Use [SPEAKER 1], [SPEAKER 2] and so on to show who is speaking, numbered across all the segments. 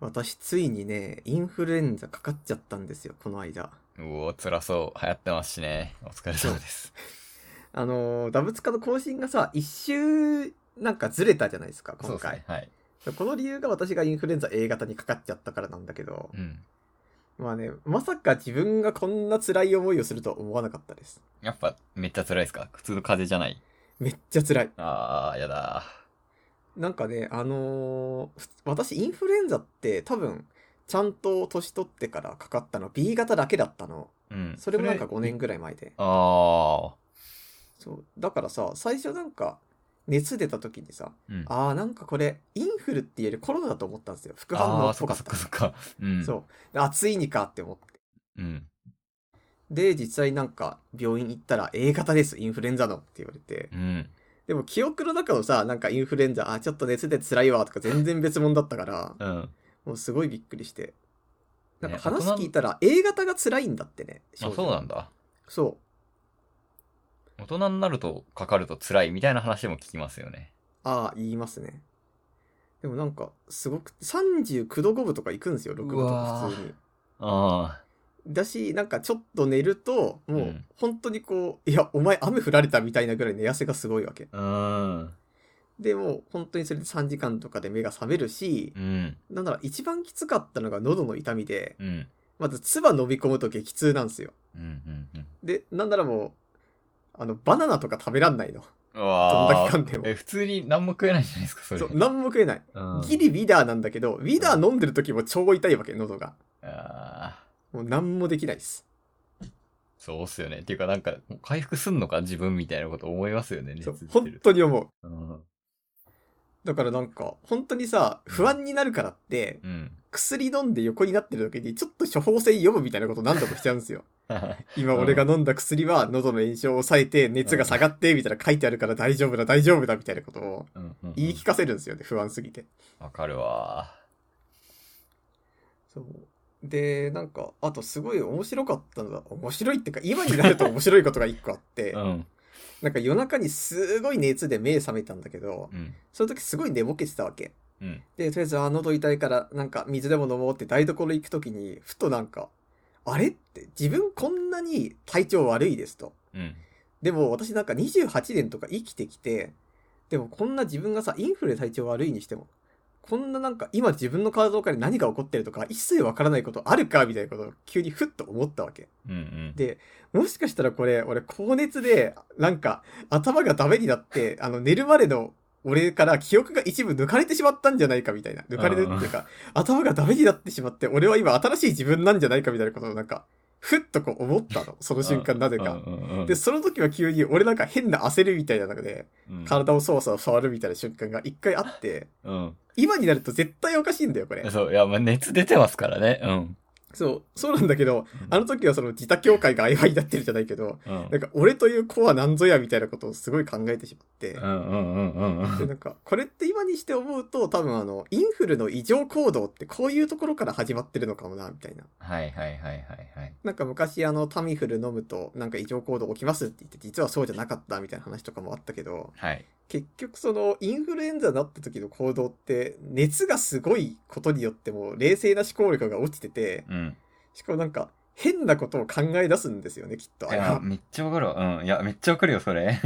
[SPEAKER 1] 私ついにね、インフルエンザかかっちゃったんですよ、この間。
[SPEAKER 2] うお、辛そう。流行ってますしね。お疲れ様です。
[SPEAKER 1] あのーダブツカの更新がさ、一周なんかずれたじゃないですか、
[SPEAKER 2] そ
[SPEAKER 1] 今
[SPEAKER 2] うです
[SPEAKER 1] 回
[SPEAKER 2] ね。。はい。
[SPEAKER 1] この理由が私がインフルエンザ A 型にかかっちゃったからなんだけど、
[SPEAKER 2] うん。
[SPEAKER 1] まあね、まさか自分がこんな辛い思いをするとは思わなかったです。
[SPEAKER 2] やっぱ、めっちゃ辛いですか普通の風邪じゃない。
[SPEAKER 1] めっちゃ辛い。
[SPEAKER 2] あー、やだ
[SPEAKER 1] なんかね、あのーふつ私インフルエンザって多分、ちゃんと年取ってからかかったの B 型だけだったの。
[SPEAKER 2] ー。うん。
[SPEAKER 1] それもなんか5年ぐらい前で。
[SPEAKER 2] あー。
[SPEAKER 1] そう。だからさ、最初なんか、熱出た時にさ、
[SPEAKER 2] うん。
[SPEAKER 1] あーなんかこれ、インフルっていうよりコロナだと思ったんですよ。副反応
[SPEAKER 2] あー、
[SPEAKER 1] っ
[SPEAKER 2] そ
[SPEAKER 1] ぽ
[SPEAKER 2] っか
[SPEAKER 1] かっ
[SPEAKER 2] そったか。そっか。うん。
[SPEAKER 1] そう。あ、ついにかって思って。
[SPEAKER 2] う。うん。
[SPEAKER 1] で、実際なんか、病院行ったら、A 型です、インフルエンザのって言われて
[SPEAKER 2] う。ん。
[SPEAKER 1] でも、記憶の中のさ、なんかインフルエンザ、あ、ちょっと熱で辛いわとか全然別物だったから、
[SPEAKER 2] うん。
[SPEAKER 1] もうすごいびっくりして。なんか
[SPEAKER 2] ね
[SPEAKER 1] 話
[SPEAKER 2] 大人
[SPEAKER 1] 聞いたら、A 型が辛いんだってね。
[SPEAKER 2] あ、
[SPEAKER 1] 症状
[SPEAKER 2] そうなんだ。
[SPEAKER 1] そう。
[SPEAKER 2] 大人になるとかかると辛いみたいな話も聞きますよね。
[SPEAKER 1] ああ、言いますね。でもなんか、すごく、39度5分とか行くんですよ、6分と
[SPEAKER 2] う
[SPEAKER 1] か
[SPEAKER 2] わー
[SPEAKER 1] 普通に。
[SPEAKER 2] あ
[SPEAKER 1] だし、なんかちょっと寝ると、も
[SPEAKER 2] う
[SPEAKER 1] うん本当にこう、いや、お前雨降られたみたいなぐらい寝汗がすごいわけ。
[SPEAKER 2] ー。うん。
[SPEAKER 1] でもう本当にそれで3時間とかで目が覚めるし、
[SPEAKER 2] うん。
[SPEAKER 1] なんなら一番きつかったのが喉の痛みで、
[SPEAKER 2] うん。
[SPEAKER 1] まず唾飲み込むと激痛なんですよ。
[SPEAKER 2] うん。うん。うん。
[SPEAKER 1] で、なんならもう、あの、バナナとか食べらんないの。
[SPEAKER 2] う
[SPEAKER 1] どん
[SPEAKER 2] わ
[SPEAKER 1] だ
[SPEAKER 2] ー
[SPEAKER 1] け噛んでも
[SPEAKER 2] え、。普通に何も食えないじゃないですか、それ。
[SPEAKER 1] そう、なんも食えない。
[SPEAKER 2] うん
[SPEAKER 1] ギリビダーなんだけど、ビダー飲んでる時も超痛いわけ、喉が。
[SPEAKER 2] あ
[SPEAKER 1] もう何もできないです。
[SPEAKER 2] ーそうっすよね。っていうか、なんか、もう回復すんのか自分みたいなこと思いますよね、
[SPEAKER 1] そう
[SPEAKER 2] 熱出て
[SPEAKER 1] 本
[SPEAKER 2] ると。
[SPEAKER 1] 当に思う。
[SPEAKER 2] うん。
[SPEAKER 1] だからなんか、本当にさ、不安になるからって、
[SPEAKER 2] うん。
[SPEAKER 1] 薬飲んで横になってる時に、ちょっと処方箋読むみたいなこと何度もしちゃうん ですよ。今俺が飲んだ薬は喉の炎症を抑えて、熱が下がって、みたいな書いてあるから大丈夫だ、大丈夫だ、みたいなことを
[SPEAKER 2] うんうんうん
[SPEAKER 1] 言い聞かせるんですよね、不安すぎて。
[SPEAKER 2] わかるわ
[SPEAKER 1] そう。で、なんか、あとすごい面白かったのが、面白いってか、今になると面白いことが一個あって
[SPEAKER 2] ー。、 うん。
[SPEAKER 1] なんか夜中にすごい熱で目覚めたんだけど
[SPEAKER 2] う、ん。
[SPEAKER 1] その時すごい寝ぼけてたわけ。
[SPEAKER 2] うん。
[SPEAKER 1] で、とりあえず、あ、喉痛いから、なんか、水でも飲もうって台所行くときに、ふとなんか、あれって、自分こんなに体調悪いですと。
[SPEAKER 2] うん。
[SPEAKER 1] でも、私なんか28年とか生きてきて、でもこんな自分がさ、インフルで体調悪いにしても、こんななんか、今自分の体の中で何が起こってるとか、一切わからないことあるかみたいなことを急にふっと思ったわけ。
[SPEAKER 2] うん。うん。
[SPEAKER 1] で、もしかしたらこれ、俺、高熱で、なんか、頭がダメになって、あの、寝るまでの、俺から記憶が一部抜かれてしまったんじゃないかみたいな。抜かれるっていうか、頭がダメになってしまって、俺は今新しい自分なんじゃないかみたいなことをなんか、ふっとこう思ったの。その瞬間、なぜ
[SPEAKER 2] う
[SPEAKER 1] か。
[SPEAKER 2] んうんうん
[SPEAKER 1] で、その時は急に、俺なんか変な焦るみたいなので、
[SPEAKER 2] うん
[SPEAKER 1] 体をそわそわ触るみたいな瞬間が一回あって、
[SPEAKER 2] うん。
[SPEAKER 1] 今になると絶対おかしいんだよ、これ。
[SPEAKER 2] そう、いや、まあ、熱出てますからね。うん。
[SPEAKER 1] そう、そうなんだけど、あの時はその自他境界が曖昧になってるじゃないけど、
[SPEAKER 2] うん、
[SPEAKER 1] なんか、俺という子は何ぞやみたいなことをすごい考えてしまって
[SPEAKER 2] う、んうんうんうんうん
[SPEAKER 1] でなんか、これって今にして思うと、多分あの、インフルの異常行動ってこういうところから始まってるのかもな、みたいな。
[SPEAKER 2] はいはいはいはいはい。
[SPEAKER 1] なんか昔あの、タミフル飲むと、なんか異常行動起きますって言って、実はそうじゃなかったみたいな話とかもあったけど、
[SPEAKER 2] はい。
[SPEAKER 1] 結局その、インフルエンザになった時の行動って、熱がすごいことによっても、冷静な思考力が落ちてて、
[SPEAKER 2] うん。
[SPEAKER 1] しかもなんか、変なことを考え出すんですよね、きっと。
[SPEAKER 2] い
[SPEAKER 1] あれ
[SPEAKER 2] や、
[SPEAKER 1] は
[SPEAKER 2] めっちゃわかるわ。うん。いや、めっちゃわかるよ、それ。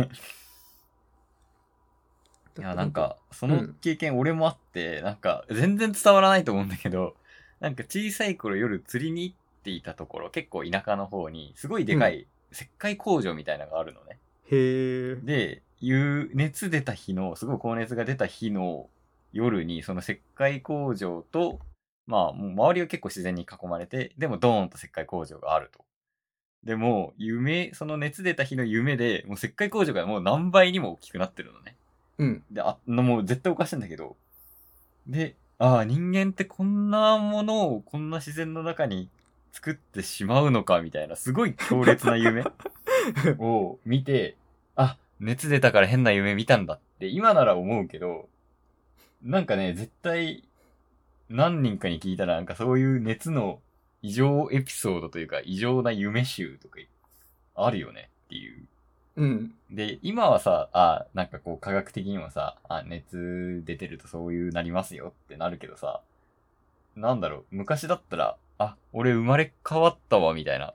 [SPEAKER 2] いや、なん、か、その経験俺もあって、なんか、全然伝わらないと思うんだけど、なんか小さい頃夜釣りに行っていたところ、結構田舎の方に、すごいでかい石灰工場みたいなのがあるのね。
[SPEAKER 1] へー。
[SPEAKER 2] で、いう、熱出た日の、すごい高熱が出た日の夜に、その石灰工場と、まあ、もう周りは結構自然に囲まれて、でもドーンと石灰工場があると。でも、夢、その熱出た日の夢で、もう石灰工場がもう何倍にも大きくなってるのね。
[SPEAKER 1] うん。
[SPEAKER 2] で、あ、のもう絶対おかしいんだけど。で、ああ、人間ってこんなものをこんな自然の中に作ってしまうのか、みたいな、すごい強烈な夢を見て、あ、熱出たから変な夢見たんだって、今なら思うけど、なんかね、絶対、何人かに聞いたら、なんかそういう熱の異常エピソードというか、異常な夢集とか、あるよねっていう。
[SPEAKER 1] うん。
[SPEAKER 2] で、今はさ、あ、なんかこう科学的にもさ、あ、熱出てるとそういうなりますよってなるけどさ、なんだろう、昔だったら、あ、俺生まれ変わったわ、みたいな。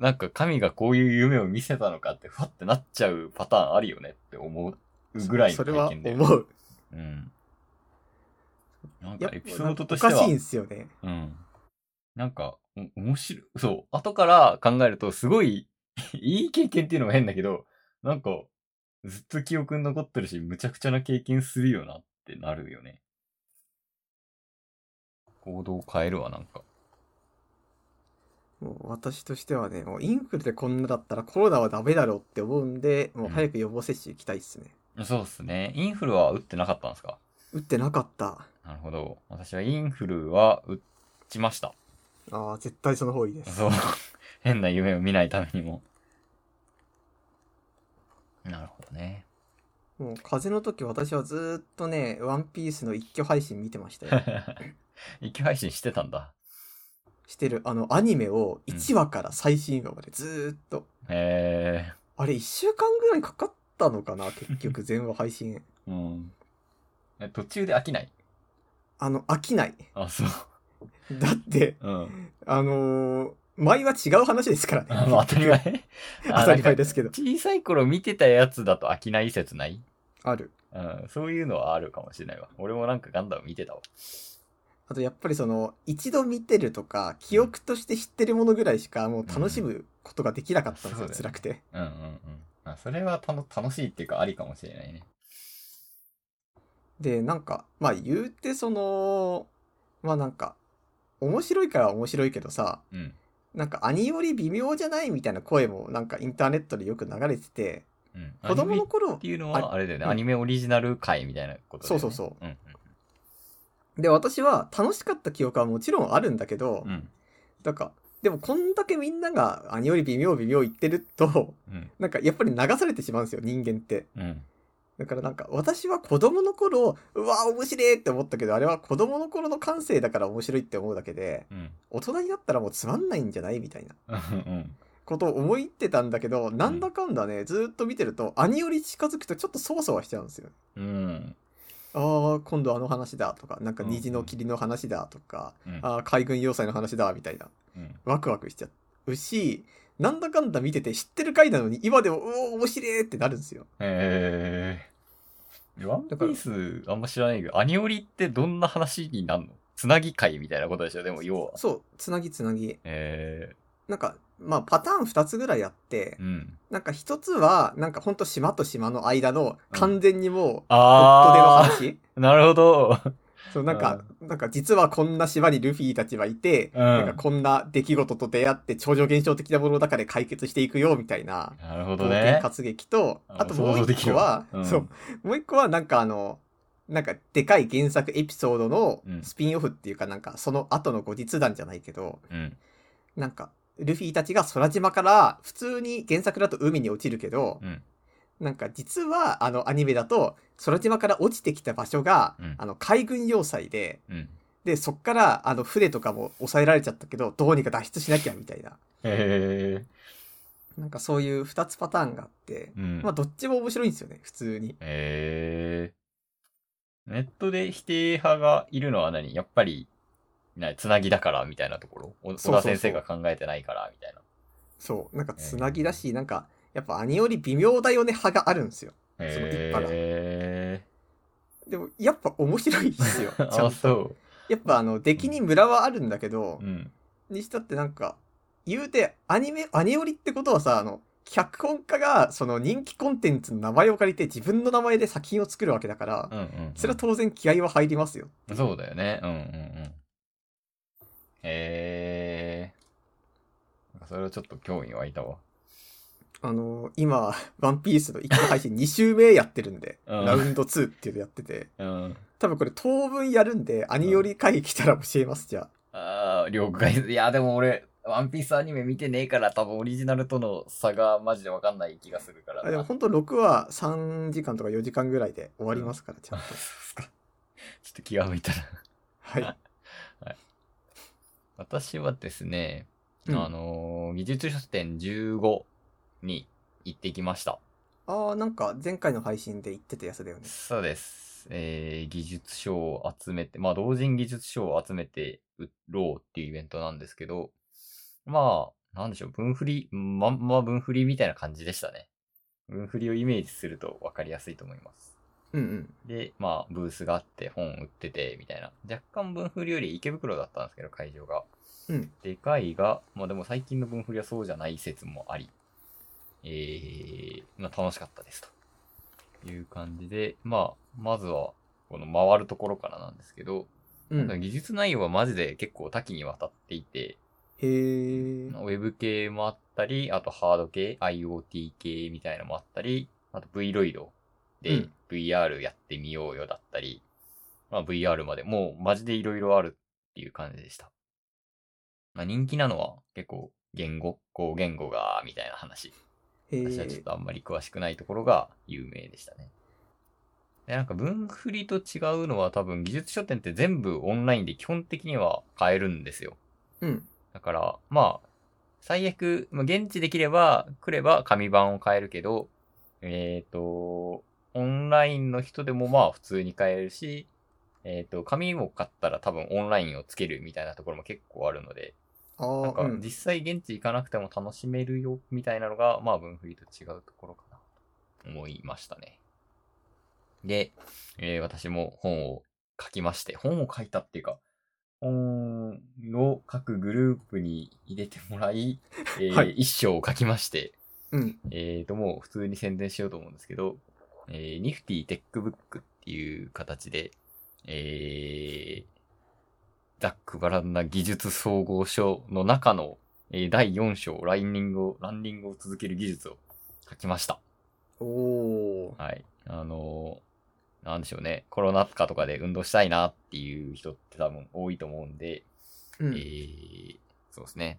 [SPEAKER 2] なんか神がこういう夢を見せたのかって、ふわってなっちゃうパターンあるよねって思うぐらいの
[SPEAKER 1] それは
[SPEAKER 2] 体験だよね
[SPEAKER 1] 思う。
[SPEAKER 2] うん。なん
[SPEAKER 1] いや
[SPEAKER 2] かエピソードとして
[SPEAKER 1] おか
[SPEAKER 2] は
[SPEAKER 1] しい、んすよね。
[SPEAKER 2] うん。なんか、お面白い、そう、後から考えると、すごい いい経験っていうのも変だけど、なんか、ずっと記憶に残ってるし、むちゃくちゃな経験するよなってなるよね。行動を変えるわ、なんか。
[SPEAKER 1] もう私としてはね、もうインフルでこんなだったらコロナはダメだろうって思うんで、もう早く予防接種行きたいっすね。
[SPEAKER 2] そうっすね。インフルは打ってなかったんですか
[SPEAKER 1] 打ってなかった。
[SPEAKER 2] なるほど。私はインフルは打ちました。
[SPEAKER 1] ああ、絶対その方がいいです。
[SPEAKER 2] そう。 変な夢を見ないためにも。なるほどね。
[SPEAKER 1] もう風邪の時私はずーっとね、ワンピースの一挙配信見てました よ。
[SPEAKER 2] 一気配信してたんだ。
[SPEAKER 1] してる、あの、アニメを1話から最新話までずーっと。
[SPEAKER 2] へえ
[SPEAKER 1] あれ、1週間ぐらいかかったのかな結 局、全話配信。
[SPEAKER 2] ー。うん。え途中で飽きない
[SPEAKER 1] あの、飽きない。
[SPEAKER 2] あ、そう。
[SPEAKER 1] だって、
[SPEAKER 2] うん。
[SPEAKER 1] あのー、前は違う話です からね。
[SPEAKER 2] あの当たり前
[SPEAKER 1] 当たり前ですけど
[SPEAKER 2] あなんか小さい頃見てたやつだと飽きない説ない
[SPEAKER 1] ある。
[SPEAKER 2] うん。そういうのはあるかもしれないわ。俺もなんかガンダム見てたわ。
[SPEAKER 1] あとやっぱりその一度見てるとか記憶として知ってるものぐらいしかもう楽しむことができなかったんですよ、
[SPEAKER 2] うんそう
[SPEAKER 1] 辛
[SPEAKER 2] だよね
[SPEAKER 1] くて。
[SPEAKER 2] うんうんうん。あそれはたの楽しいっていうかありかもしれないね。
[SPEAKER 1] でなんかまあ言うてそのまあなんか面白いから面白いけどさ
[SPEAKER 2] うん。
[SPEAKER 1] なんか兄より微妙じゃないみたいな声もなんかインターネットでよく流れてて
[SPEAKER 2] うん、
[SPEAKER 1] 子供の
[SPEAKER 2] っ
[SPEAKER 1] 頃
[SPEAKER 2] ていうのは、
[SPEAKER 1] あ
[SPEAKER 2] あれだよね、
[SPEAKER 1] うん
[SPEAKER 2] アニメオリジナル回みたいなことだよね。。
[SPEAKER 1] そうそうそう
[SPEAKER 2] うん
[SPEAKER 1] で私は楽しかった記憶はもちろんあるんだけど、
[SPEAKER 2] うん。うん。
[SPEAKER 1] なんかでもこんだけみんなが兄より微妙微妙言ってると
[SPEAKER 2] うん。
[SPEAKER 1] なんかやっぱり流されてしまうんですよ人間って。
[SPEAKER 2] うん。
[SPEAKER 1] だからなんか私は子供の頃うわ面白いって思ったけどあれは子供の頃の感性だから面白いって思うだけで
[SPEAKER 2] うん。
[SPEAKER 1] 大人になったらもうつまんないんじゃないみたいな
[SPEAKER 2] うん。
[SPEAKER 1] ことを思いってたんだけどなんだかんだねずーっと見てると兄より近づくとちょっとそわそわしちゃうんですよ。
[SPEAKER 2] うん。
[SPEAKER 1] ああ今度あの話だとかなんか
[SPEAKER 2] うん
[SPEAKER 1] 虹の霧の話だとか、
[SPEAKER 2] うん
[SPEAKER 1] あー海軍要塞の話だみたいな
[SPEAKER 2] うん
[SPEAKER 1] ワクワクしちゃうしなんだかんだ見てて知ってる回なのに今でもうお面白いってなるんですよ。
[SPEAKER 2] えー、ワンピースあんま知らないけど、アニオリってどんな話になるのつなぎ会みたいなことでしょでも要は。
[SPEAKER 1] そうつなぎつなぎ。
[SPEAKER 2] え
[SPEAKER 1] なんかまあパターン2つぐらいあって
[SPEAKER 2] ー、う、ん。
[SPEAKER 1] なんか一つは、なんかほんと島と島の間の完全にもう、ホットでの
[SPEAKER 2] あ
[SPEAKER 1] 話
[SPEAKER 2] ー、なるほど。
[SPEAKER 1] そう、なんか、なんか実はこんな島にルフィたちはいて、
[SPEAKER 2] うん
[SPEAKER 1] なんかこんな出来事と出会って超常現象的なものの中で解決していくよ、みたいな、
[SPEAKER 2] なるほ
[SPEAKER 1] 冒
[SPEAKER 2] ど
[SPEAKER 1] 険
[SPEAKER 2] ね。
[SPEAKER 1] 活劇と、
[SPEAKER 2] あ
[SPEAKER 1] あともう
[SPEAKER 2] 想像でき
[SPEAKER 1] 一
[SPEAKER 2] る
[SPEAKER 1] 個は
[SPEAKER 2] わ、うん
[SPEAKER 1] そう、もう一個はなんかあの、なんかでかい原作エピソードの
[SPEAKER 2] うん
[SPEAKER 1] スピンオフっていうかなんかその後の後日談じゃないけど、
[SPEAKER 2] うん。
[SPEAKER 1] なんか、ルフィたちが空島から普通に原作だと海に落ちるけど、
[SPEAKER 2] うん
[SPEAKER 1] なんか実はあのアニメだと空島から落ちてきた場所が、
[SPEAKER 2] うん
[SPEAKER 1] あの海軍要塞で、
[SPEAKER 2] うん。
[SPEAKER 1] で、そっからあの船とかも抑えられちゃったけど、どうにか脱出しなきゃみたいな。
[SPEAKER 2] え
[SPEAKER 1] なんかそういう2つパターンがあって、
[SPEAKER 2] ー、うん。
[SPEAKER 1] まあどっちも面白いんですよね、普通に。
[SPEAKER 2] えー、ネットで否定派がいるのは何やっぱり、なつなぎだからみたいなところお
[SPEAKER 1] そうそ
[SPEAKER 2] 小
[SPEAKER 1] う
[SPEAKER 2] 田
[SPEAKER 1] そう
[SPEAKER 2] 先生が考えてないからみたいな。
[SPEAKER 1] そう、なんかつなぎだし、なんかやっぱ兄より微妙だよね派があるんですよ。その一派が
[SPEAKER 2] え
[SPEAKER 1] でもやっぱ面白いですよ、ちゃ
[SPEAKER 2] ー、 あ、
[SPEAKER 1] んと。
[SPEAKER 2] そ
[SPEAKER 1] やっぱあの、出来にムラはあるんだけど、
[SPEAKER 2] う。うん。
[SPEAKER 1] にしたってなんか、言うて、アニメ、アニオリってことはさ、あの、脚本家が、その人気コンテンツの名前を借りて自分の名前で作品を作るわけだから
[SPEAKER 2] う、んうんうん、
[SPEAKER 1] それは当然気合は入りますよ。
[SPEAKER 2] そうだよね。うんうんうん。へえー。なんかそれはちょっと興味湧いたわ。
[SPEAKER 1] あのー今、ワンピースの1回配信2週目やってるんで、
[SPEAKER 2] うん
[SPEAKER 1] ラウンド2っていうのやってて、
[SPEAKER 2] うん。
[SPEAKER 1] 多分これ当分やるんで、アニオリ会来たら教えます、じゃあ。
[SPEAKER 2] ああ、了解。いや、でも俺、ワンピースアニメ見てねえから、多分オリジナルとの差がマジでわかんない気がするからな。
[SPEAKER 1] あでも本当6話3時間とか4時間ぐらいで終わりますから、ちゃん
[SPEAKER 2] あ
[SPEAKER 1] と
[SPEAKER 2] そうっ。すか。ちょっと気が向いたら。
[SPEAKER 1] はい。
[SPEAKER 2] 私はですね、
[SPEAKER 1] うん
[SPEAKER 2] あのー技術書店15に行ってきました。
[SPEAKER 1] ああ、なんか前回の配信で言ってたやつだよね。
[SPEAKER 2] そうです。えー技術賞を集めて、まあ、同人技術賞を集めて売ろうっていうイベントなんですけど、まあ、なんでしょう、文振り、まんま文振りみたいな感じでしたね。文振りをイメージすると分かりやすいと思います。
[SPEAKER 1] うんうん。
[SPEAKER 2] で、まあ、ブースがあって、本売ってて、みたいな。若干文振りより池袋だったんですけど、会場が。
[SPEAKER 1] うん。
[SPEAKER 2] でかいが、まあでも最近の文振りはそうじゃない説もあり、えー、まあ楽しかったですという感じで、まあ、まずは、この回るところからなんですけど、
[SPEAKER 1] うん。
[SPEAKER 2] 技術内容はマジで結構多岐にわたっていて、
[SPEAKER 1] へえ。
[SPEAKER 2] ウェブ系もあったり、あとハード系、IoT 系みたいなのもあったり、あと Vloid
[SPEAKER 1] う
[SPEAKER 2] で
[SPEAKER 1] ん
[SPEAKER 2] VR やってみようよだったり、まあ、VR までもうマジでいろいろあるっていう感じでした。まあ、人気なのは結構言語、こう言語がみたいな話。
[SPEAKER 1] へ
[SPEAKER 2] 私はちょっ
[SPEAKER 1] え。
[SPEAKER 2] とあんまり詳しくないところが有名でしたね。でなんか文振りと違うのは多分技術書店って全部オンラインで基本的には買えるんですよ。
[SPEAKER 1] うん。
[SPEAKER 2] だから、まあ、最悪、まあ、現地できれば、来れば紙版を買えるけど、えっ、と、オンラインの人でもまあ普通に買えるし、えっ、と、紙を買ったら多分オンラインをつけるみたいなところも結構あるので、
[SPEAKER 1] あ
[SPEAKER 2] なん
[SPEAKER 1] あ、
[SPEAKER 2] か
[SPEAKER 1] うん
[SPEAKER 2] 実。際現地行かなくても楽しめるよみたいなのが、まあ文振りと違うところかなと思いましたね。で、えー私も本を書きまして、本を書いたっていうか、本を書くグループに入れてもらい、えー
[SPEAKER 1] はい
[SPEAKER 2] 一章を書きまして、
[SPEAKER 1] うん。
[SPEAKER 2] えーと、もう普通に宣伝しようと思うんですけど、えー、ニフティテックブックっていう形で、えー、ざっくばらんな技術総合書の中の、えー第4章、ラインニングを、ランニングを続ける技術を書きました。
[SPEAKER 1] おおー。
[SPEAKER 2] はい。あのーなんでしょうね。コロナ禍とかで運動したいなっていう人って多分多いと思うんで、
[SPEAKER 1] う
[SPEAKER 2] え
[SPEAKER 1] ん。
[SPEAKER 2] ーそうですね。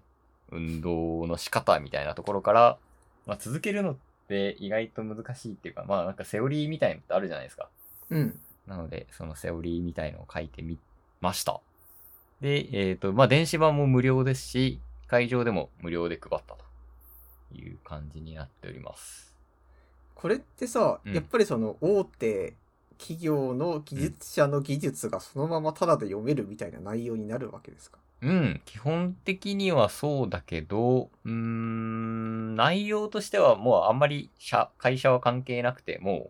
[SPEAKER 2] 運動の仕方みたいなところから、まあ、続けるのって意外と難しいっていうか、まあなんかセオリーみたいのってあるじゃないですか。
[SPEAKER 1] うん。
[SPEAKER 2] なので、そのセオリーみたいのを書いてみました。で、えっ、と、まあ電子版も無料ですし、会場でも無料で配ったという感じになっております。
[SPEAKER 1] これってさ、
[SPEAKER 2] うん
[SPEAKER 1] やっぱりその大手企業の技術者の技術がそのままただで読めるみたいな内容になるわけですか
[SPEAKER 2] うん、基本的にはそうだけど、うーん、内容としてはもうあんまり社会社は関係なくて、もう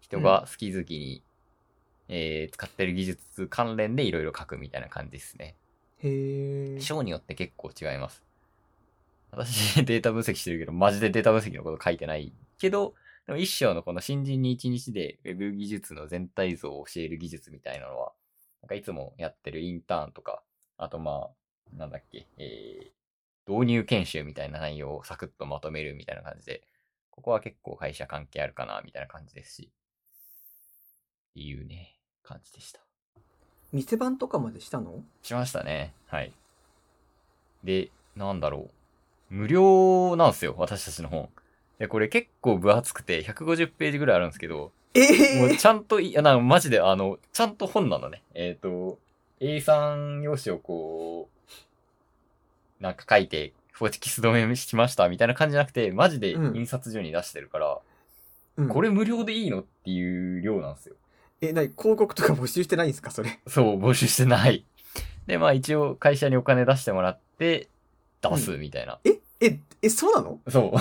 [SPEAKER 2] 人が好き好きに、えー使ってる技術関連でいろいろ書くみたいな感じですね。
[SPEAKER 1] へえ。
[SPEAKER 2] 章によって結構違います。私、データ分析してるけど、マジでデータ分析のこと書いてないけど、でも一章のこの新人に一日で Web 技術の全体像を教える技術みたいなのは、なんかいつもやってるインターンとか、あとまあ、なんだっけ、えー、導入研修みたいな内容をサクッとまとめるみたいな感じで、ここは結構会社関係あるかな、みたいな感じですし、っていうね、感じでした。
[SPEAKER 1] 店番とかまでしたの
[SPEAKER 2] しましたね。はい。で、なんだろう。無料なんですよ、私たちの本。で、これ結構分厚くて、150ページぐらいあるんですけど、
[SPEAKER 1] え
[SPEAKER 2] もう
[SPEAKER 1] え
[SPEAKER 2] ちゃんと、いや、なんかマジで、あの、ちゃんと本なのね。えっ、と、A3 用紙をこう、なんか書いて、ホチキス止めしましたみたいな感じじゃなくて、マジで
[SPEAKER 1] うん
[SPEAKER 2] 印刷所に出してるから、
[SPEAKER 1] うん
[SPEAKER 2] これ無料でいいのっていう量なんですよ。
[SPEAKER 1] え、なに広告とか募集してないんですかそれ。
[SPEAKER 2] そう、募集してない。で、まあ一応会社にお金出してもらって、出すみたいな。
[SPEAKER 1] え、え、え、そうなの
[SPEAKER 2] そ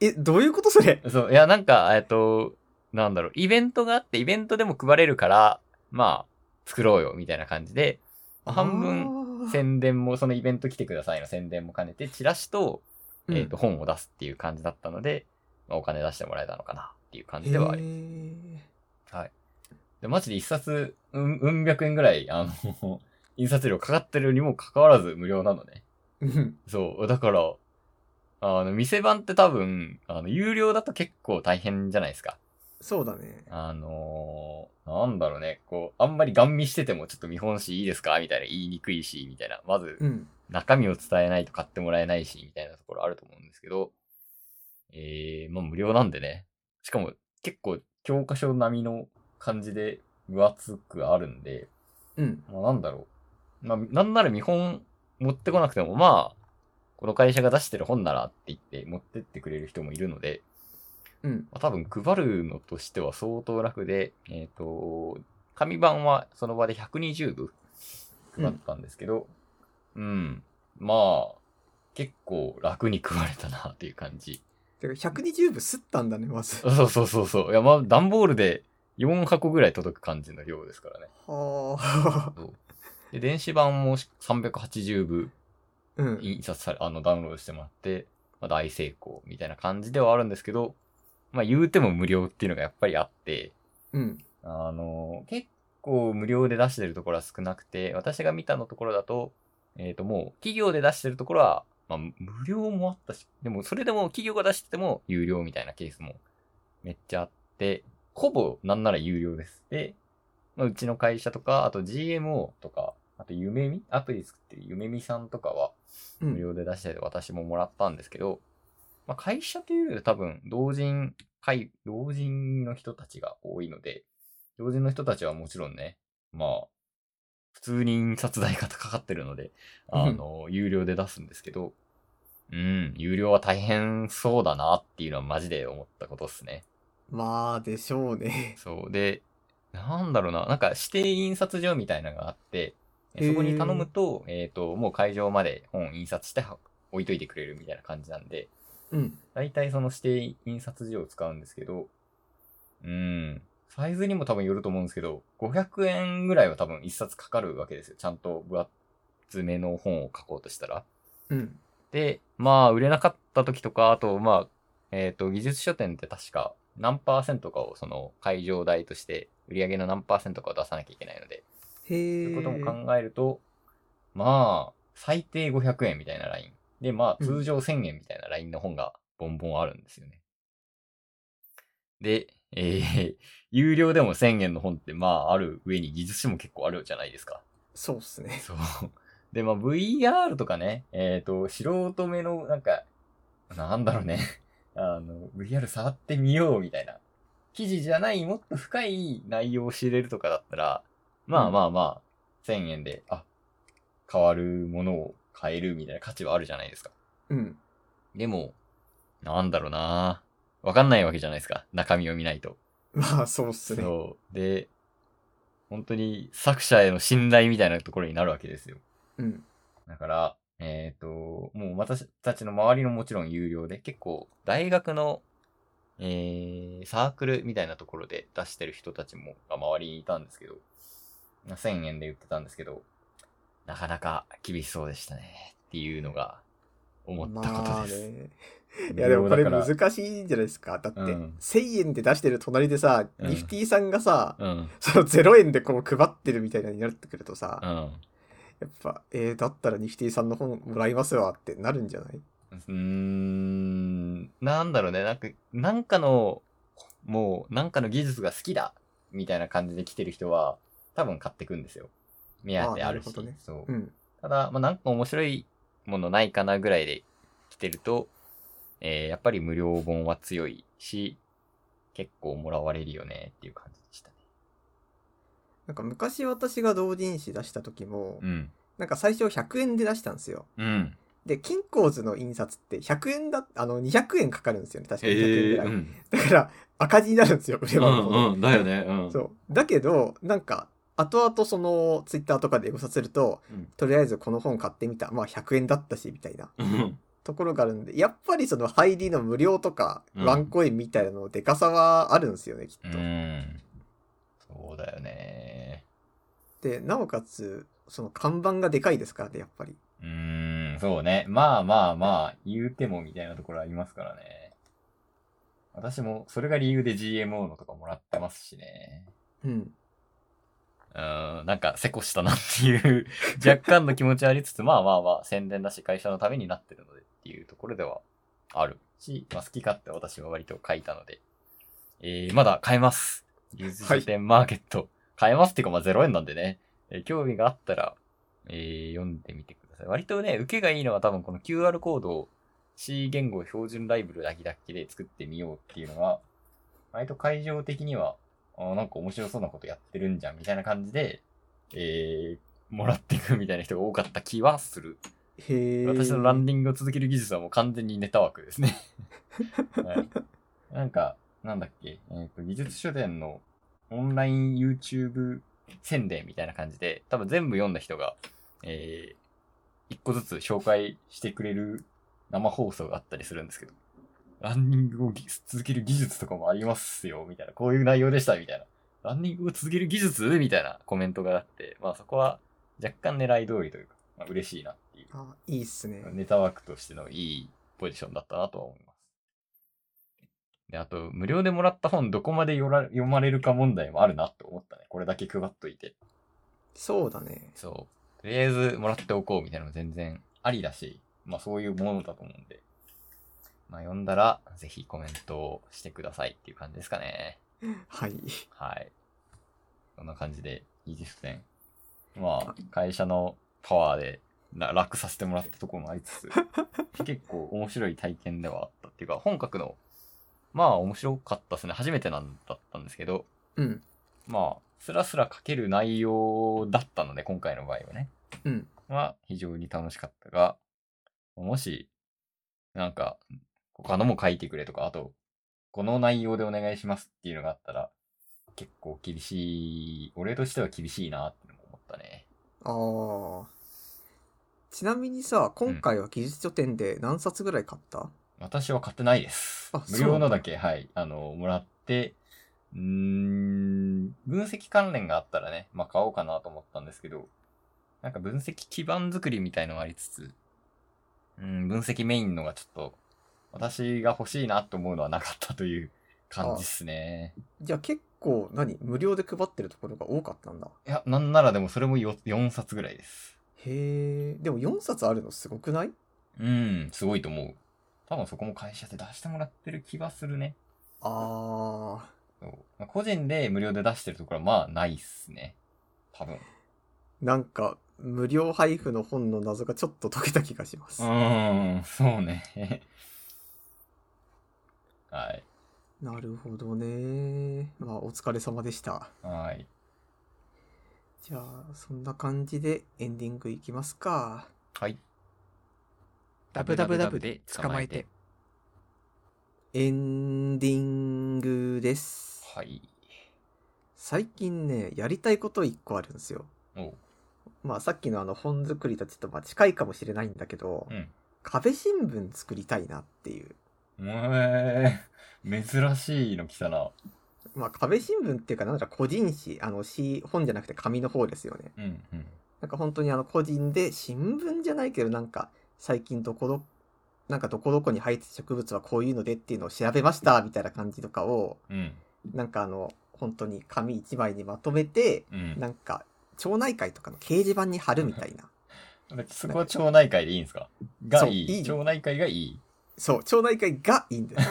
[SPEAKER 1] え、どういうことそれ
[SPEAKER 2] う。 そう。いや、なんか、えっと、なんだろう、イベントがあって、イベントでも配れるから、まあ、作ろうよ、みたいな感じで、半分
[SPEAKER 1] 分
[SPEAKER 2] 宣伝も、そのイベント来てくださいの宣伝も兼ねて、チラシと、えっ、と、本を出すっていう感じだったので、まあ、お金出してもらえたのかな、っていう感じではありますはい。で、マジで一冊、うん、うん百円ぐらい、あの、 印刷料かかってるにもかかわらず無料なのね。
[SPEAKER 1] うん。
[SPEAKER 2] そう。だから、あの、店番って多分、あの、有料だと結構大変じゃないですか。
[SPEAKER 1] そうだね。
[SPEAKER 2] あのーなんだろうね。こう、あんまりガン見しててもちょっと見本紙いいですかみたいな言いにくいし、みたいな。まず、
[SPEAKER 1] うん。
[SPEAKER 2] 中身を伝えないと買ってもらえないし、みたいなところあると思うんですけど、えー、まあ無料なんでね。しかも結構教科書並みの感じで分厚くあるんで、
[SPEAKER 1] うん。
[SPEAKER 2] まあなんだろう。まあなんなら見本持ってこなくても、まあ、この会社が出してる本ならって言って持ってってくれる人もいるので、
[SPEAKER 1] うん。
[SPEAKER 2] まあ、多分配るのとしては相当楽で、えっ、と、紙版はその場で120部
[SPEAKER 1] うん
[SPEAKER 2] 配ったんですけど、うん、まあ、結構楽に配れたなっていう感じ。
[SPEAKER 1] てか120部すったんだね、まず。
[SPEAKER 2] そうそうそうそう。いや、まあ、段ボールで4箱ぐらい届く感じの量ですからね。
[SPEAKER 1] はあ。
[SPEAKER 2] そうで、電子版も380部
[SPEAKER 1] うん。
[SPEAKER 2] 印刷され、あの、ダウンロードしてもらって、まあ、大成功みたいな感じではあるんですけど、まあ、言うても無料っていうのがやっぱりあって、
[SPEAKER 1] うん。
[SPEAKER 2] あの、結構無料で出してるところは少なくて、私が見たのところだと、えっ、と、もう企業で出してるところは、まあ、無料もあったし、でもそれでも企業が出してても有料みたいなケースもめっちゃあって、ほぼなんなら有料です。で、まあ、うちの会社とか、あと GMO とか、あと夢見アプリ作ってる夢見さんとかは、
[SPEAKER 1] う
[SPEAKER 2] 無
[SPEAKER 1] ん。
[SPEAKER 2] 料で出してて私ももらったんですけど、まあ、会社というよりは多分同人会、同人の人たちが多いので、同人の人たちはもちろんね、まあ、普通に印刷代がかかってるので、あの、有料で出すんですけど、うん、有料は大変そうだなっていうのはマジで思ったことっすね。
[SPEAKER 1] まあ、でしょうね。
[SPEAKER 2] そう。で、なんだろうな、なんか指定印刷所みたいなのがあって、えそこに頼むと、えっ、と、もう会場まで本印刷しては置いといてくれるみたいな感じなんで、
[SPEAKER 1] うん。
[SPEAKER 2] 大体その指定印刷所を使うんですけど、うん、サイズにも多分よると思うんですけど、500円ぐらいは多分一冊かかるわけですよ。ちゃんと分厚めの本を書こうとしたら。
[SPEAKER 1] うん。
[SPEAKER 2] で、まあ、売れなかった時とか、あと、まあ、えっ、と、技術書店って確か何パーセントかをその会場代として、売り上げの何パーセントかを出さなきゃいけないので、
[SPEAKER 1] へえ。
[SPEAKER 2] ということも考えると、まあ、最低500円みたいなライン。で、まあ、通常1000円みたいなラインの本がボンボンあるんですよね。で、えー 有料でも1000円の本ってまあある上に技術書も結構あるじゃないですか。
[SPEAKER 1] そうっすね。
[SPEAKER 2] そう。 で、まあ VR とかね、えっ、と、素人目の、なんか、なんだろうね、 あの、VR 触ってみようみたいな。記事じゃない、もっと深い内容を知れるとかだったら、まあまあまあ、1000円で、あ、変わるものを変えるみたいな価値はあるじゃないですか。
[SPEAKER 1] うん。
[SPEAKER 2] でも、なんだろうなわかんないわけじゃないですか。中身を見ないと。
[SPEAKER 1] まあ、そうっすね。
[SPEAKER 2] そう。で、本当に作者への信頼みたいなところになるわけですよ。
[SPEAKER 1] うん。
[SPEAKER 2] だから、えっ、と、もう私たちの周りのもちろん有料で、結構大学の、えー、サークルみたいなところで出してる人たちも、が周りにいたんですけど、まあ1000円で売ってたんですけど、なかなか厳しそうでしたね、っていうのが思ったことです。
[SPEAKER 1] ね。いやでもこれ
[SPEAKER 2] 無料だから
[SPEAKER 1] 難しいんじゃないですか。だって、
[SPEAKER 2] うん
[SPEAKER 1] 1000円で出してる隣でさ、
[SPEAKER 2] うん
[SPEAKER 1] ニフティさんがさ、
[SPEAKER 2] うん、
[SPEAKER 1] その0円でこの配ってるみたいなのになってくるとさ、
[SPEAKER 2] うん。
[SPEAKER 1] やっぱ、えー、だったらニフティさんの本もらいますわってなるんじゃないう
[SPEAKER 2] ーん、なんだろうね、なんか、なんかの、もう、なんかの技術が好きだみたいな感じで来てる人は、多分買ってくんですよ。目当てあるし。
[SPEAKER 1] あーなるほどね
[SPEAKER 2] そうう。
[SPEAKER 1] ん。
[SPEAKER 2] ただ、まあ、なんか面白いものないかなぐらいで来てると、えーやっぱり無料本は強いし、結構もらわれるよねっていう感じでしたね。
[SPEAKER 1] なんか昔私が同人誌出した時も、
[SPEAKER 2] うん。
[SPEAKER 1] なんか最初100円で出したんですよ。
[SPEAKER 2] うん。
[SPEAKER 1] で、キンコーズの印刷って100円だ、あの、200円かかるんですよね。確か200円ぐ
[SPEAKER 2] ええ
[SPEAKER 1] らい。
[SPEAKER 2] うん。
[SPEAKER 1] だから、赤字になるんですよ、売れ
[SPEAKER 2] う
[SPEAKER 1] 物ほど
[SPEAKER 2] ん、うん、だよね。うん。
[SPEAKER 1] そう。だけど、なんか、後々その、ツイッターとかでエゴさせると、
[SPEAKER 2] うん。
[SPEAKER 1] とりあえずこの本買ってみた。まあ100円だったし、みたいな
[SPEAKER 2] うん。
[SPEAKER 1] ところがあるんで、やっぱりその入りの無料とか、
[SPEAKER 2] うん
[SPEAKER 1] ワンコインみたいなのでかさはあるんですよね、き
[SPEAKER 2] う
[SPEAKER 1] っと。
[SPEAKER 2] ん。そうだよね。
[SPEAKER 1] で、なおかつ、その看板がでかいですからね、やっぱり。
[SPEAKER 2] うーん、そうね。まあまあまあ、言うてもみたいなところありますからね。私も、それが理由で GMO のとかもらってますしね。
[SPEAKER 1] うん。
[SPEAKER 2] うーん、なんか、せこしたなっていう、 若干の気持ちはありつつ、まあまあまあ、宣伝だし、会社のためになってるのでっていうところではあるし、まあ、好き勝手私は割と書いたので、えー、まだ買えます。ゆず書店マーケット。買えますっていうか、まあ0円なんでね、えー興味があったら、えー、読んでみてください。割とね、受けがいいのは多分この QR コードを C 言語標準ライブルだけだけで作ってみようっていうのは、割と会場的には、あーなんか面白そうなことやってるんじゃんみたいな感じで、えー、もらっていくみたいな人が多かった気はする。
[SPEAKER 1] へえ。
[SPEAKER 2] 私のランディングを続ける技術はもう完全にネタ枠ですね。はい、なんか、なんだっけ、えーと、技術書店のオンライン YouTube 宣伝みたいな感じで、多分全部読んだ人が、えー、一個ずつ紹介してくれる生放送があったりするんですけど、ランニングをぎ続ける技術とかもありますよ、みたいな、こういう内容でした、みたいな。ランニングを続ける技術みたいなコメントがあって、まあそこは若干狙い通りというか、まあ、嬉しいなっていう。
[SPEAKER 1] あ、いいっすね。
[SPEAKER 2] ネタワークとしてのいいポジションだったなとは思います。で、あと、無料でもらった本どこまで読ら読まれるか問題もあるなって思ったね。これだけ配っといて。
[SPEAKER 1] そうだね。
[SPEAKER 2] そう。とりあえずもらっておこうみたいなのも全然ありだし、まあそういうものだと思うんで。まあ読んだら、ぜひコメントをしてくださいっていう感じですかね。
[SPEAKER 1] はい。
[SPEAKER 2] はい。こんな感じで、いいですね。まあ、会社のパワーでら楽させてもらったところもありつつ、結構面白い体験ではあったっていうか、本格の、まあ面白かったですね。初めてなんだったんですけど、
[SPEAKER 1] うん。
[SPEAKER 2] まあ、スラスラ書ける内容だったので、今回の場合はね。
[SPEAKER 1] うん。
[SPEAKER 2] は非常に楽しかったが、もし、なんか、他のも書いてくれとか、あと、この内容でお願いしますっていうのがあったら、結構厳しい、俺としては厳しいなってのも思ったね。
[SPEAKER 1] ああ。ちなみにさ、今回は技術書店で何冊ぐらい買った、
[SPEAKER 2] 私は買ってないです
[SPEAKER 1] あ。
[SPEAKER 2] 無
[SPEAKER 1] そう
[SPEAKER 2] 料
[SPEAKER 1] な
[SPEAKER 2] の
[SPEAKER 1] んだ
[SPEAKER 2] だけ、はい、あの、もらって、うーん、分析関連があったらね、まあ買おうかなと思ったんですけど、なんか分析基盤作りみたいのもありつつ、うん、分析メインのがちょっと、私が欲しいなと思うのはなかったという感じっすね。
[SPEAKER 1] じゃあ結構何、無料で配ってるところが多かったんだ。
[SPEAKER 2] いや、なんならでもそれも 4, 4冊ぐらいです。
[SPEAKER 1] へえ。でも4冊あるのすごくない
[SPEAKER 2] うん、すごいと思う。多分そこも会社で出してもらってる気がするね。
[SPEAKER 1] ああ。
[SPEAKER 2] そうまあ個人で無料で出してるところはまあないっすね。多分。
[SPEAKER 1] なんか、無料配布の本の謎がちょっと解けた気がします。
[SPEAKER 2] うん、そうね。 はい。
[SPEAKER 1] なるほどね。まあ、お疲れ様でした。
[SPEAKER 2] はい。
[SPEAKER 1] じゃあ、そんな感じでエンディングいきますか。
[SPEAKER 2] はい。
[SPEAKER 3] ダブダブダブで捕まえて。
[SPEAKER 1] エンディングです。
[SPEAKER 2] はい。
[SPEAKER 1] 最近ね、やりたいこと一個あるんですよ。
[SPEAKER 2] おう。
[SPEAKER 1] まあ、さっきのあの本作りとちょっとまあ近いかもしれないんだけど、
[SPEAKER 2] うん。
[SPEAKER 1] 壁新聞作りたいなっていう。
[SPEAKER 2] えー、珍しいの来たな。
[SPEAKER 1] まあ、壁新聞っていうか、なんだ個人誌、あの、紙、本じゃなくて紙の方ですよね。
[SPEAKER 2] うん、うん。
[SPEAKER 1] なんか本当にあの、個人で新聞じゃないけど、なんか、最近どこど、なんかどこどこに生えてる植物はこういうのでっていうのを調べました、みたいな感じとかを、
[SPEAKER 2] うん。
[SPEAKER 1] なんかあの、本当に紙一枚にまとめて、
[SPEAKER 2] うん。
[SPEAKER 1] なんか、町内会とかの掲示板に貼るみたいな。
[SPEAKER 2] そこは町内会でいいんですかがい
[SPEAKER 1] そうい
[SPEAKER 2] い。
[SPEAKER 1] い
[SPEAKER 2] 町内会がいい。
[SPEAKER 1] そう、町内会がいいん だよ。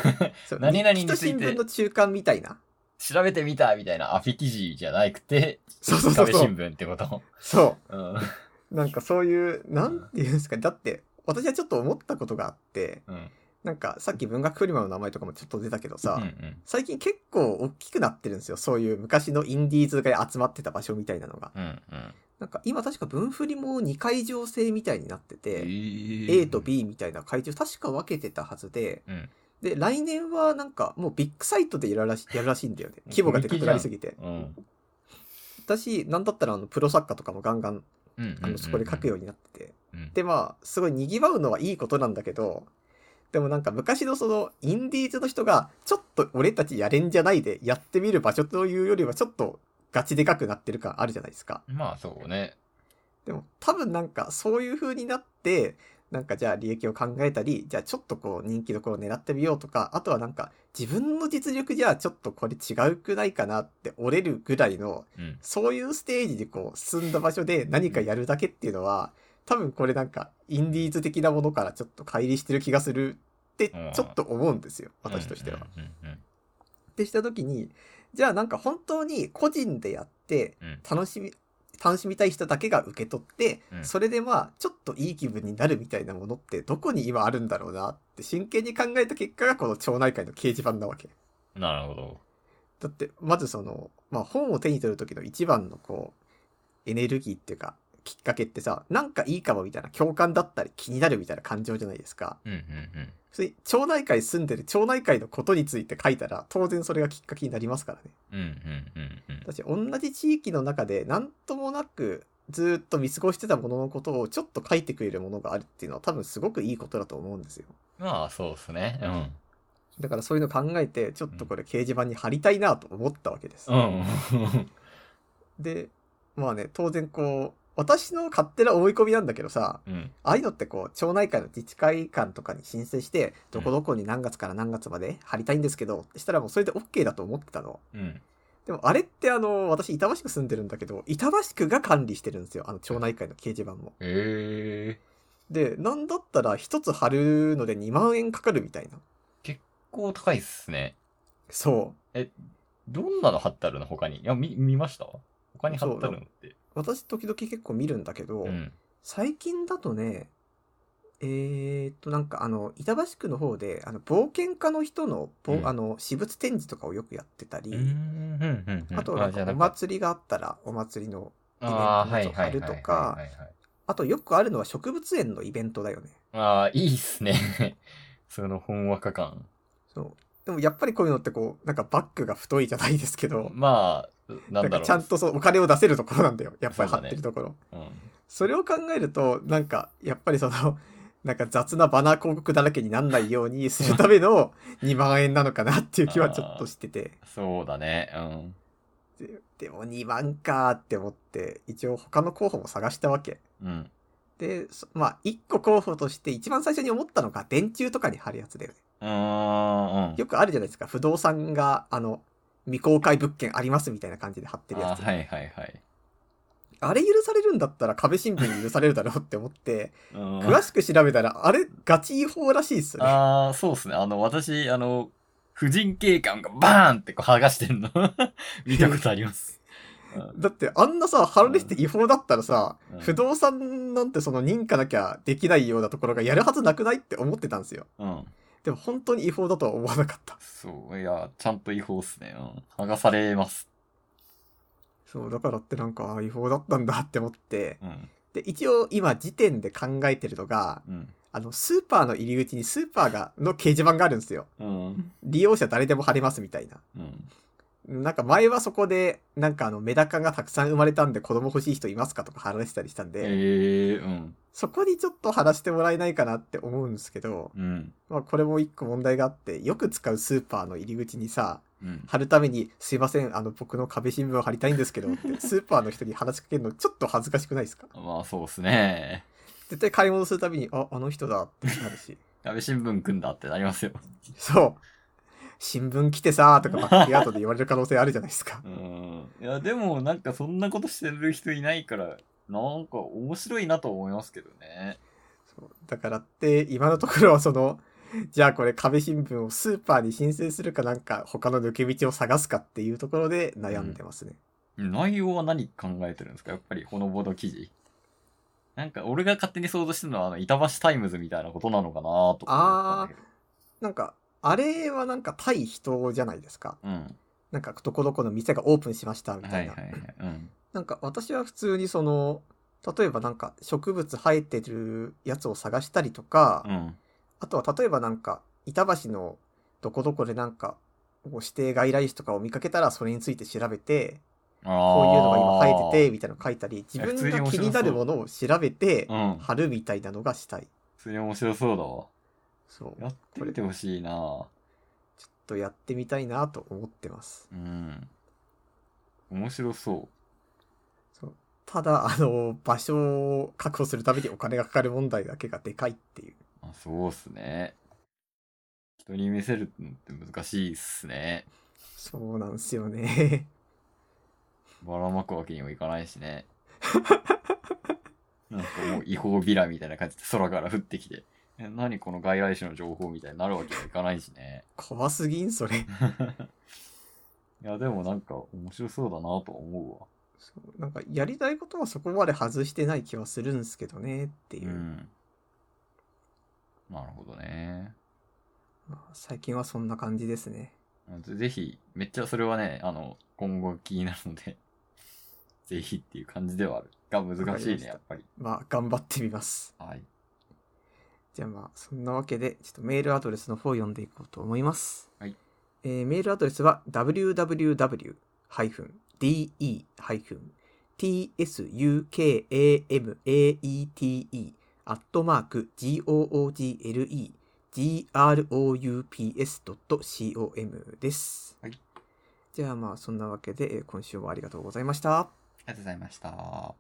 [SPEAKER 1] そう
[SPEAKER 2] 何々につい
[SPEAKER 1] 日記と新
[SPEAKER 2] て
[SPEAKER 1] 聞の中間みたいな。
[SPEAKER 2] 調べてみたみたいなアフィ記事じゃなくて、
[SPEAKER 1] そうそうそう
[SPEAKER 2] 壁
[SPEAKER 1] そ
[SPEAKER 2] 新
[SPEAKER 1] う。
[SPEAKER 2] 聞ってこと。
[SPEAKER 1] そ
[SPEAKER 2] うん。
[SPEAKER 1] う。なんかそういう、なんていうんですか、だって、私はちょっと思ったことがあって、
[SPEAKER 2] うん。
[SPEAKER 1] なんかさっき文学フリマの名前とかもちょっと出たけどさ、
[SPEAKER 2] うんうん。
[SPEAKER 1] 最近結構大きくなってるんですよ。そういう昔のインディーズが集まってた場所みたいなのが。
[SPEAKER 2] うんうん。
[SPEAKER 1] なんか今確か文振りも2階上制みたいになってて、
[SPEAKER 2] A
[SPEAKER 1] A と。B みたいな会場確か分けてたはずで、
[SPEAKER 2] うん
[SPEAKER 1] で、来年はなんかもうビッグサイトでやるらしやるらしいん だよね。規模がでかくなりすぎて。
[SPEAKER 2] うん。
[SPEAKER 1] 私、なんだったらあの、プロ作家とかもガンガン、
[SPEAKER 2] うんうんうん
[SPEAKER 1] あの、そこで書くようになってて。
[SPEAKER 2] うん
[SPEAKER 1] で、まあ、すごい賑わうのはいいことなんだけど、でもなんか昔のその、インディーズの人が、ちょっと俺たちやれんじゃないで、やってみる場所というよりはちょっと、ガチでかくなってる感あるじゃないですか。
[SPEAKER 2] まあそうね。
[SPEAKER 1] でも多分なんかそういう風になって、なんかじゃあ利益を考えたり、じゃあちょっとこう人気どころを狙ってみようとか、あとはなんか自分の実力じゃあちょっとこれ違うくないかなって折れるぐらいの、
[SPEAKER 2] うん。
[SPEAKER 1] そういうステージでこう進んだ場所で何かやるだけっていうのは、多分これなんかインディーズ的なものからちょっと乖離してる気がするってちょっと思うんですよ、私としては。
[SPEAKER 2] うんうんうん
[SPEAKER 1] ってした時にじゃあなんか本当に個人でやって
[SPEAKER 2] うん
[SPEAKER 1] 楽しみ、楽しみたい人だけが受け取って、
[SPEAKER 2] うん
[SPEAKER 1] それでまあちょっといい気分になるみたいなものってどこに今あるんだろうなって真剣に考えた結果がこの町内会の掲示板なわけ。
[SPEAKER 2] うんなるほど。
[SPEAKER 1] だってまずその、まあ、本を手に取る時の一番のこうエネルギーっていうかきっかけってさ、なんかいいかもみたいな共感だったり気になるみたいな感情じゃないですか。
[SPEAKER 2] うんうん
[SPEAKER 1] それ町内会住んでる町内会のことについて書いたら当然それがきっかけになりますからね。
[SPEAKER 2] うん。うんうんうんうん。
[SPEAKER 1] 私同じ地域の中で何ともなくずーっと見過ごしてたもののことをちょっと書いてくれるものがあるっていうのは多分すごくいいことだと思うんですよ。
[SPEAKER 2] まあ、そうですね。うん。
[SPEAKER 1] だからそういうの考えてちょっとこれ掲示板に貼りたいなと思ったわけです。
[SPEAKER 2] うん。
[SPEAKER 1] でまあね当然こう私の勝手な思い込みなんだけどさ
[SPEAKER 2] うん。
[SPEAKER 1] ああいうのってこう町内会の自治会館とかに申請してどこどこに何月から何月まで貼りたいんですけどってしたらもうそれで OK だと思ってたの。
[SPEAKER 2] うん。
[SPEAKER 1] でもあれってあの、私板橋区住んでるんだけど、板橋区が管理してるんですよ。あの町内会の掲示板も。
[SPEAKER 2] ええ
[SPEAKER 1] で、なんだったら一つ貼るので2万円かかるみたいな。
[SPEAKER 2] 結構高いっすね。
[SPEAKER 1] そ
[SPEAKER 2] どんなの貼ってあるの他に。いや、見、見ました他に貼ってあるのって。
[SPEAKER 1] う。私時々結構見るんだけど、
[SPEAKER 2] うん。
[SPEAKER 1] 最近だとね、えー、っと、なんかあの、板橋区の方で、あの、冒険家の人の、ぼ
[SPEAKER 2] うん
[SPEAKER 1] あの、私物展示とかをよくやってたり、
[SPEAKER 2] うんうんうん。
[SPEAKER 1] あとなん
[SPEAKER 2] じ
[SPEAKER 1] か
[SPEAKER 2] ゃ
[SPEAKER 1] お
[SPEAKER 2] なんか
[SPEAKER 1] 祭りがあったら、お祭りの、
[SPEAKER 2] あー
[SPEAKER 1] イベ
[SPEAKER 2] はい
[SPEAKER 1] ント貼
[SPEAKER 2] はいはい
[SPEAKER 1] る
[SPEAKER 2] はい
[SPEAKER 1] とか
[SPEAKER 2] はいはい。
[SPEAKER 1] あとよくあるのは植物園のイベントだよね。
[SPEAKER 2] ああ、いいっすね。 そのほんわか感。
[SPEAKER 1] そう。でもやっぱりこういうのってこう、なんかバッグが太いじゃないですけど、
[SPEAKER 2] まあ、な
[SPEAKER 1] なんん
[SPEAKER 2] だ
[SPEAKER 1] か
[SPEAKER 2] ろう。
[SPEAKER 1] ちゃんとそうお金を出せるところなんだよ。やっぱり
[SPEAKER 2] そ
[SPEAKER 1] 貼
[SPEAKER 2] う
[SPEAKER 1] っ
[SPEAKER 2] だね
[SPEAKER 1] てるところ。
[SPEAKER 2] うん。
[SPEAKER 1] それを考えると、なんか、やっぱりその、 なんか雑なバナー広告だらけになんないようにするため の2万円なのかなっていう気はちょっとしてて。
[SPEAKER 2] そうだね。うん。
[SPEAKER 1] ででも2万かーって思って、一応他の候補も探したわけ。
[SPEAKER 2] うん。
[SPEAKER 1] で、そまあ、1個候補として一番最初に思ったのが電柱とかに貼るやつだよね。
[SPEAKER 2] うーん。
[SPEAKER 1] よくあるじゃないですか。不動産が、あの、未公開物件ありますみたいな感じで貼ってるや
[SPEAKER 2] あ
[SPEAKER 1] つ。
[SPEAKER 2] はいはいはい。
[SPEAKER 1] あれ許されるんだったら壁新聞許されるだろうって思って、
[SPEAKER 2] うん
[SPEAKER 1] 詳しく調べたら、あれガチ違法らしいっすよね。
[SPEAKER 2] ああ、そうっすね。あの、私、あの、婦人警官がバーンってこう剥がしてるの 見たことあります。うん
[SPEAKER 1] だってあんなさ、貼られてて違法だったらさ、
[SPEAKER 2] うん
[SPEAKER 1] 不動産なんてその認可なきゃできないようなところがやるはずなくないって思ってたんですよ。
[SPEAKER 2] うん。
[SPEAKER 1] でも本当に違法だとは思わなかった。
[SPEAKER 2] そう、いや、ちゃんと違法っすね。うん。剥がされます。
[SPEAKER 1] そう、だからってなんか、あ違法だったんだって思って。
[SPEAKER 2] うん。
[SPEAKER 1] で、一応今時点で考えてるのが、
[SPEAKER 2] うん。
[SPEAKER 1] あの、スーパーの入り口にスーパーが、の掲示板があるんですよ。
[SPEAKER 2] うん。
[SPEAKER 1] 利用者誰でも貼れますみたいな。
[SPEAKER 2] うん。
[SPEAKER 1] なんか前はそこで、なんかあの、メダカがたくさん生まれたんで子供欲しい人いますかとか話したりしたんで、
[SPEAKER 2] ええー、うん。
[SPEAKER 1] そこにちょっと話してもらえないかなって思うんですけど、
[SPEAKER 2] うん。
[SPEAKER 1] まあこれも一個問題があって、よく使うスーパーの入り口にさ、
[SPEAKER 2] うん。
[SPEAKER 1] 貼るために、すいません、あの、僕の壁新聞を貼りたいんですけどって、 スーパーの人に話しかけるのちょっと恥ずかしくないですか
[SPEAKER 2] まあ、そうっすね。
[SPEAKER 1] 絶対買い物するたびに、あ、あの人だってなるし。
[SPEAKER 2] 安倍新聞組んだってなりますよ。
[SPEAKER 1] そう。新聞来てさーとかバックヤードで言われる可能性あるじゃないですか
[SPEAKER 2] う。ん。いや、でも、なんかそんなことしてる人いないから、なんか面白いなと思いますけどね。
[SPEAKER 1] そうだからって今のところはその じゃあこれ壁新聞をスーパーに申請するかなんか他の抜け道を探すかっていうところで悩んでますね。
[SPEAKER 2] 内容は何考えてるんですかやっぱりほのぼの記事なんか俺が勝手に想像してるのはあの板橋タイムズみたいなことなのかなとか思ったんだけど
[SPEAKER 1] なんかあれはなんか対人じゃないですか。
[SPEAKER 2] うん
[SPEAKER 1] なんかどこどこの店がオープンしましたみ
[SPEAKER 2] は
[SPEAKER 1] たい
[SPEAKER 2] い
[SPEAKER 1] な。
[SPEAKER 2] はいはいうん
[SPEAKER 1] なんか私は普通にその例えばなんか植物生えてるやつを探したりとか、
[SPEAKER 2] うん
[SPEAKER 1] あとは例えばなんか板橋のどこどこでなんかこう指定外来種とかを見かけたらそれについて調べて
[SPEAKER 2] あ
[SPEAKER 1] こういうのが今
[SPEAKER 2] あ
[SPEAKER 1] 生えててみたいなの書いたり自
[SPEAKER 2] 普通
[SPEAKER 1] 分
[SPEAKER 2] に面
[SPEAKER 1] が
[SPEAKER 2] 白そ
[SPEAKER 1] 気
[SPEAKER 2] う
[SPEAKER 1] になるものを調べて
[SPEAKER 2] うん
[SPEAKER 1] 貼るみたいなのがしたい。
[SPEAKER 2] 普通に面白そうだわ
[SPEAKER 1] そう。
[SPEAKER 2] や
[SPEAKER 1] ちょっ
[SPEAKER 2] ってみてほしいな
[SPEAKER 1] とやってみたいなと思ってます。
[SPEAKER 2] うん面白そ
[SPEAKER 1] そうただ、あの、場所を確保するためにお金がかかる問題だけがでかいっていう。
[SPEAKER 2] うあそうっすね人に見せるのって難しいっすね
[SPEAKER 1] そうなんすよね。
[SPEAKER 2] ばらまくわけにもいかないし ねなんかもう違法ビラみたいな感じで空から降ってきてえ何この外来種の情報みたいになるわけにもいかないしね
[SPEAKER 1] 怖すぎん、それ。
[SPEAKER 2] いやでもなんか面白そうだなと思
[SPEAKER 1] そうなんか、やりたいことはそこまで外してない気はするんすけどね、っていう
[SPEAKER 2] わ
[SPEAKER 1] う。
[SPEAKER 2] うんなるほどね
[SPEAKER 1] まあ最近はそんな感じですね。
[SPEAKER 2] ぜぜひ めっちゃそれはねあの今後気になるのでぜひっていう感じではあるが難し
[SPEAKER 1] わかり
[SPEAKER 2] い
[SPEAKER 1] まし
[SPEAKER 2] ね、
[SPEAKER 1] た
[SPEAKER 2] やっぱり。
[SPEAKER 1] まあ、頑張ってみます。
[SPEAKER 2] はい。
[SPEAKER 1] じゃあまあ、そんなわけで、ちょっとメールアドレスの方を読んでいこうと思います。
[SPEAKER 2] はい
[SPEAKER 1] えーメールアドレスは www-tsukamate.google-groups.com です。
[SPEAKER 2] はい
[SPEAKER 1] じゃあまあ、そんなわけで、えー今週もありがとうございました。
[SPEAKER 2] ありがとうございました。